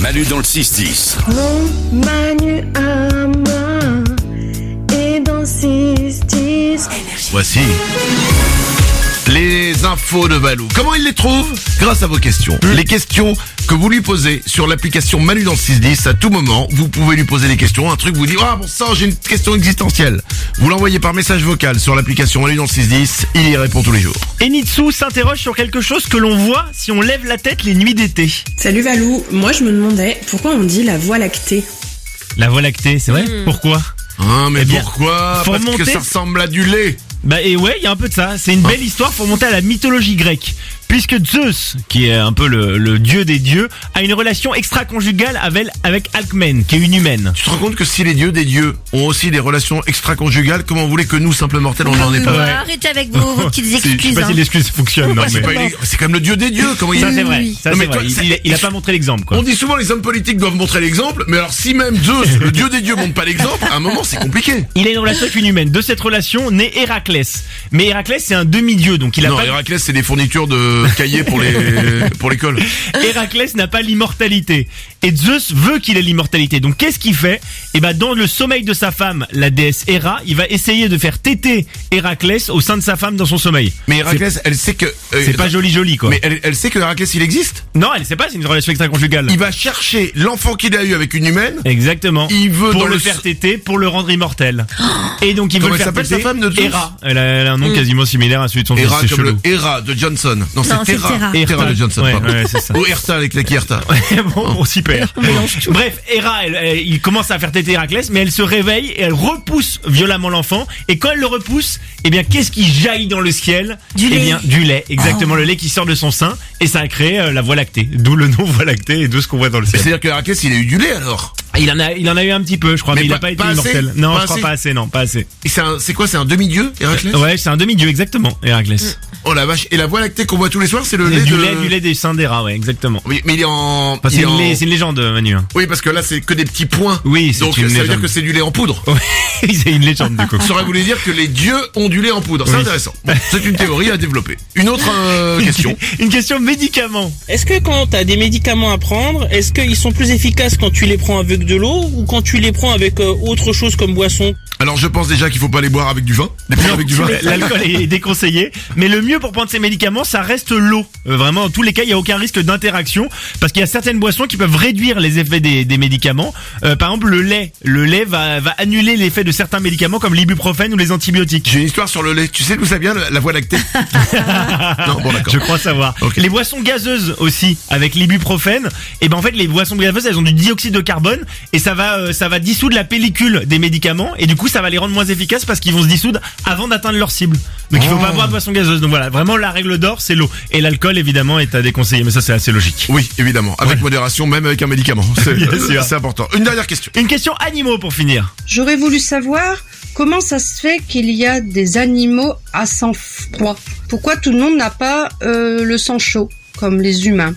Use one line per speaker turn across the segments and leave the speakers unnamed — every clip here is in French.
Manu dans le 6-10.
Mon Manu à main et dans 6-10.
Voici les infos de Valou. Comment il les trouve Grâce à vos questions.
Mmh.
Les questions que vous lui posez sur l'application Manu dans le 610, à tout moment, vous pouvez lui poser des questions. Un truc vous dit, ah bon sang, j'ai une question existentielle. Vous l'envoyez par message vocal sur l'application Manu dans le 610, il y répond tous les jours.
Enitsu s'interroge sur quelque chose que l'on voit si on lève la tête les nuits d'été.
Salut Valou, moi je me demandais pourquoi on dit la voie lactée.
La voie lactée, c'est vrai Pourquoi
Hein, mais
Eh bien,
pourquoi
faut
Parce que
remonter.
ça ressemble à du lait.
Bah et ouais, il y a un peu de ça. C'est une belle histoire pour monter à la mythologie grecque. Puisque Zeus, qui est un peu le, le dieu des dieux, a une relation extra-conjugale avec, avec Alcmène, qui est une humaine.
Tu te rends compte que si les dieux des dieux ont aussi des relations extra-conjugales, comment vous voulez que nous, simples mortels, on n'en est
Bon,
pas
Arrêtez avec vos, vos petites
C'est- Je sais
excuses.
pas si
hein.
l'excuse fonctionne. non,
Ah, C'est
mais-
pas une- c'est quand même le dieu des dieux. Comment il
Ça c'est vrai. Ça,
Non,
c'est
mais
vrai.
toi,
Il,
c'est-
il a- il a pas montré l'exemple quoi.
On dit souvent les hommes politiques doivent montrer l'exemple, mais alors si même Zeus, le dieu des dieux, montre pas l'exemple, à un moment c'est compliqué.
Il a une relation avec une humaine. De cette relation naît Héraclès. Mais Héraclès c'est un demi-dieu donc il a
non,
pas
Héraclès c'est des fournitures de cahiers pour les pour l'école.
Héraclès n'a pas l'immortalité. Et Zeus veut qu'il ait l'immortalité. Donc qu'est-ce qu'il fait Eh ben dans le sommeil de sa femme, la déesse Héra, il va essayer de faire téter Héraclès au sein de sa femme dans son sommeil.
Mais Héraclès, elle sait que euh,
C'est- C'est pas joli joli quoi.
Mais elle, elle sait que Héraclès il existe.
Non, elle sait pas, c'est une relation extra-conjugale.
Il va chercher l'enfant qu'il a eu avec une humaine.
Exactement.
Il veut dans
pour le,
le
faire téter, pour le rendre immortel. Et donc il veut
Comment
le
elle
faire
s'appelle,
téter.
sa femme de Zeus Mm.
Héra. Elle a, elle a un nom quasiment similaire à celui de son fils.
Héra
c'est
comme
chelou.
le Héra de Johnson. Non,
Non,
c'est
c'est
Héra.
Terra.
Héra de Johnson.
Ouais,
pardon.
ouais, c'est ça.
Ou Herta avec la qui Herta.
bon, on s'y perd. Bref, Hera, elle- elle- il commence à faire têter Héraclès, mais elle se réveille et elle repousse violemment l'enfant. Et quand elle le repousse, eh bien, qu'est-ce qui jaillit dans le ciel
Du
eh
lait. Oh.
bien, du lait. Exactement, le lait qui sort de son sein. Et ça a créé euh, la voie lactée. D'où le nom voie lactée et d'où ce qu'on voit dans le ciel.
C'est-à-dire que Héraclès il a eu du lait alors.
Il en a, il en a eu un petit peu, je crois,
Mais
mais, il n'a
pas-
pas, été
pas assez
immortel. Non,
Pas
je crois
assez
pas assez, non, pas assez.
Et c'est un- c'est quoi C'est un demi-dieu Héraclès
Ouais, c'est un demi-dieu, exactement, Héraclès.
Mm.
Oh la vache. Et la voie lactée qu'on voit tous les soirs, c'est le
C'est
lait
du
de-
lait, du lait des seins d'Héra, ouais, exactement.
Oui, mais il est en.
Enfin,
il
c'est
est
une,
en-
lé- c'est une légende, Manu. hein.
Oui, parce que là, c'est que des petits points.
Oui, c'est
Donc, ça
une
veut dire
légende.
que c'est du lait en poudre.
c'est une légende, du coup.
Ça aurait voulu dire que les dieux ont du lait en poudre. C'est
Oui.
intéressant. Bon, c'est une théorie à développer. Une autre euh, question.
Une question médicament.
Est-ce que quand t'as des médicaments à prendre, est-ce qu'ils sont plus efficaces quand tu les prends avec de l'eau ou quand tu les prends avec euh, autre chose comme boisson
Alors, je pense déjà qu'il faut pas les boire avec du vin. Les prendre avec du vin.
L'alcool est déconseillé, mais le mieux pour prendre ces médicaments, ça reste l'eau. Euh, Vraiment, dans tous les cas, il n'y a aucun risque d'interaction, parce qu'il y a certaines boissons qui peuvent réduire les effets des, des médicaments. Euh, par exemple, le lait. Le lait va, va annuler l'effet de certains médicaments comme l'ibuprofène ou les antibiotiques.
J'ai une histoire sur le lait. Tu sais d'où ça vient, le- la voie lactée Non, bon, d'accord.
Je crois savoir.
Ok.
Les boissons gazeuses aussi, avec l'ibuprofène, et ben en fait les boissons gazeuses elles ont du dioxyde de carbone et ça va euh, ça va dissoudre la pellicule des médicaments et du coup ça va les rendre moins efficaces parce qu'ils vont se dissoudre avant d'atteindre leur cible. Donc il faut
Oh.
pas boire de boissons gazeuses. Donc voilà, vraiment la règle d'or c'est l'eau et l'alcool évidemment est à déconseiller mais ça c'est assez logique.
Oui, évidemment. Avec modération, même avec un médicament. C'est euh,
Bien sûr.
c'est important. Une dernière question.
Une question animaux pour finir.
J'aurais voulu savoir comment ça se fait qu'il y a des animaux à sang froid. Pourquoi tout le monde n'a pas euh, le sang chaud comme les humains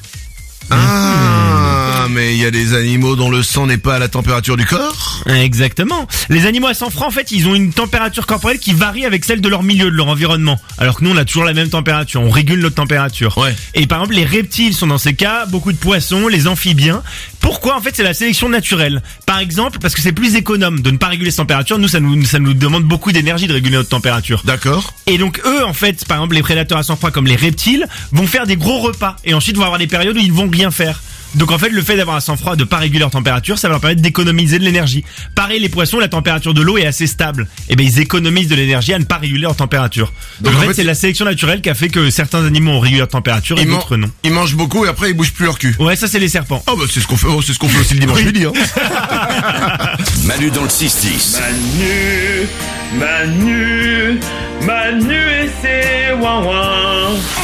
Mmh.
Ah, mais il y a des animaux dont le sang n'est pas à la température du corps
Exactement. Les animaux à sang froid, en fait, ils ont une température corporelle qui varie avec celle de leur milieu, de leur environnement. Alors que nous, on a toujours la même température. On régule notre température.
Ouais.
Et par exemple, les reptiles sont dans ces cas, beaucoup de poissons, les amphibiens. Pourquoi En fait, c'est la sélection naturelle. Par exemple, parce que c'est plus économe de ne pas réguler sa température. Nous, ça nous, ça nous demande beaucoup d'énergie de réguler notre température.
D'accord.
Et donc, eux, en fait, par exemple, les prédateurs à sang froid comme les reptiles, vont faire des gros repas. Et ensuite, vont avoir des périodes où ils vont rien faire. Donc en fait, le fait d'avoir un sang froid, de pas réguler leur température, ça va leur permettre d'économiser de l'énergie. Pareil, les poissons, la température de l'eau est assez stable. Et ben ils économisent de l'énergie à ne pas réguler leur température. Donc, en fait, c'est la sélection naturelle qui a fait que certains animaux ont régulé leur température et
Ils, man-
d'autres non.
ils mangent beaucoup et après ils bougent plus leur cul.
Ouais, ça c'est les serpents.
Oh bah c'est ce qu'on fait, oh, c'est ce qu'on fait aussi le dimanche midi. Hein.
Manu dans le 6-10.
Manu, Manu, Manu et ses ouin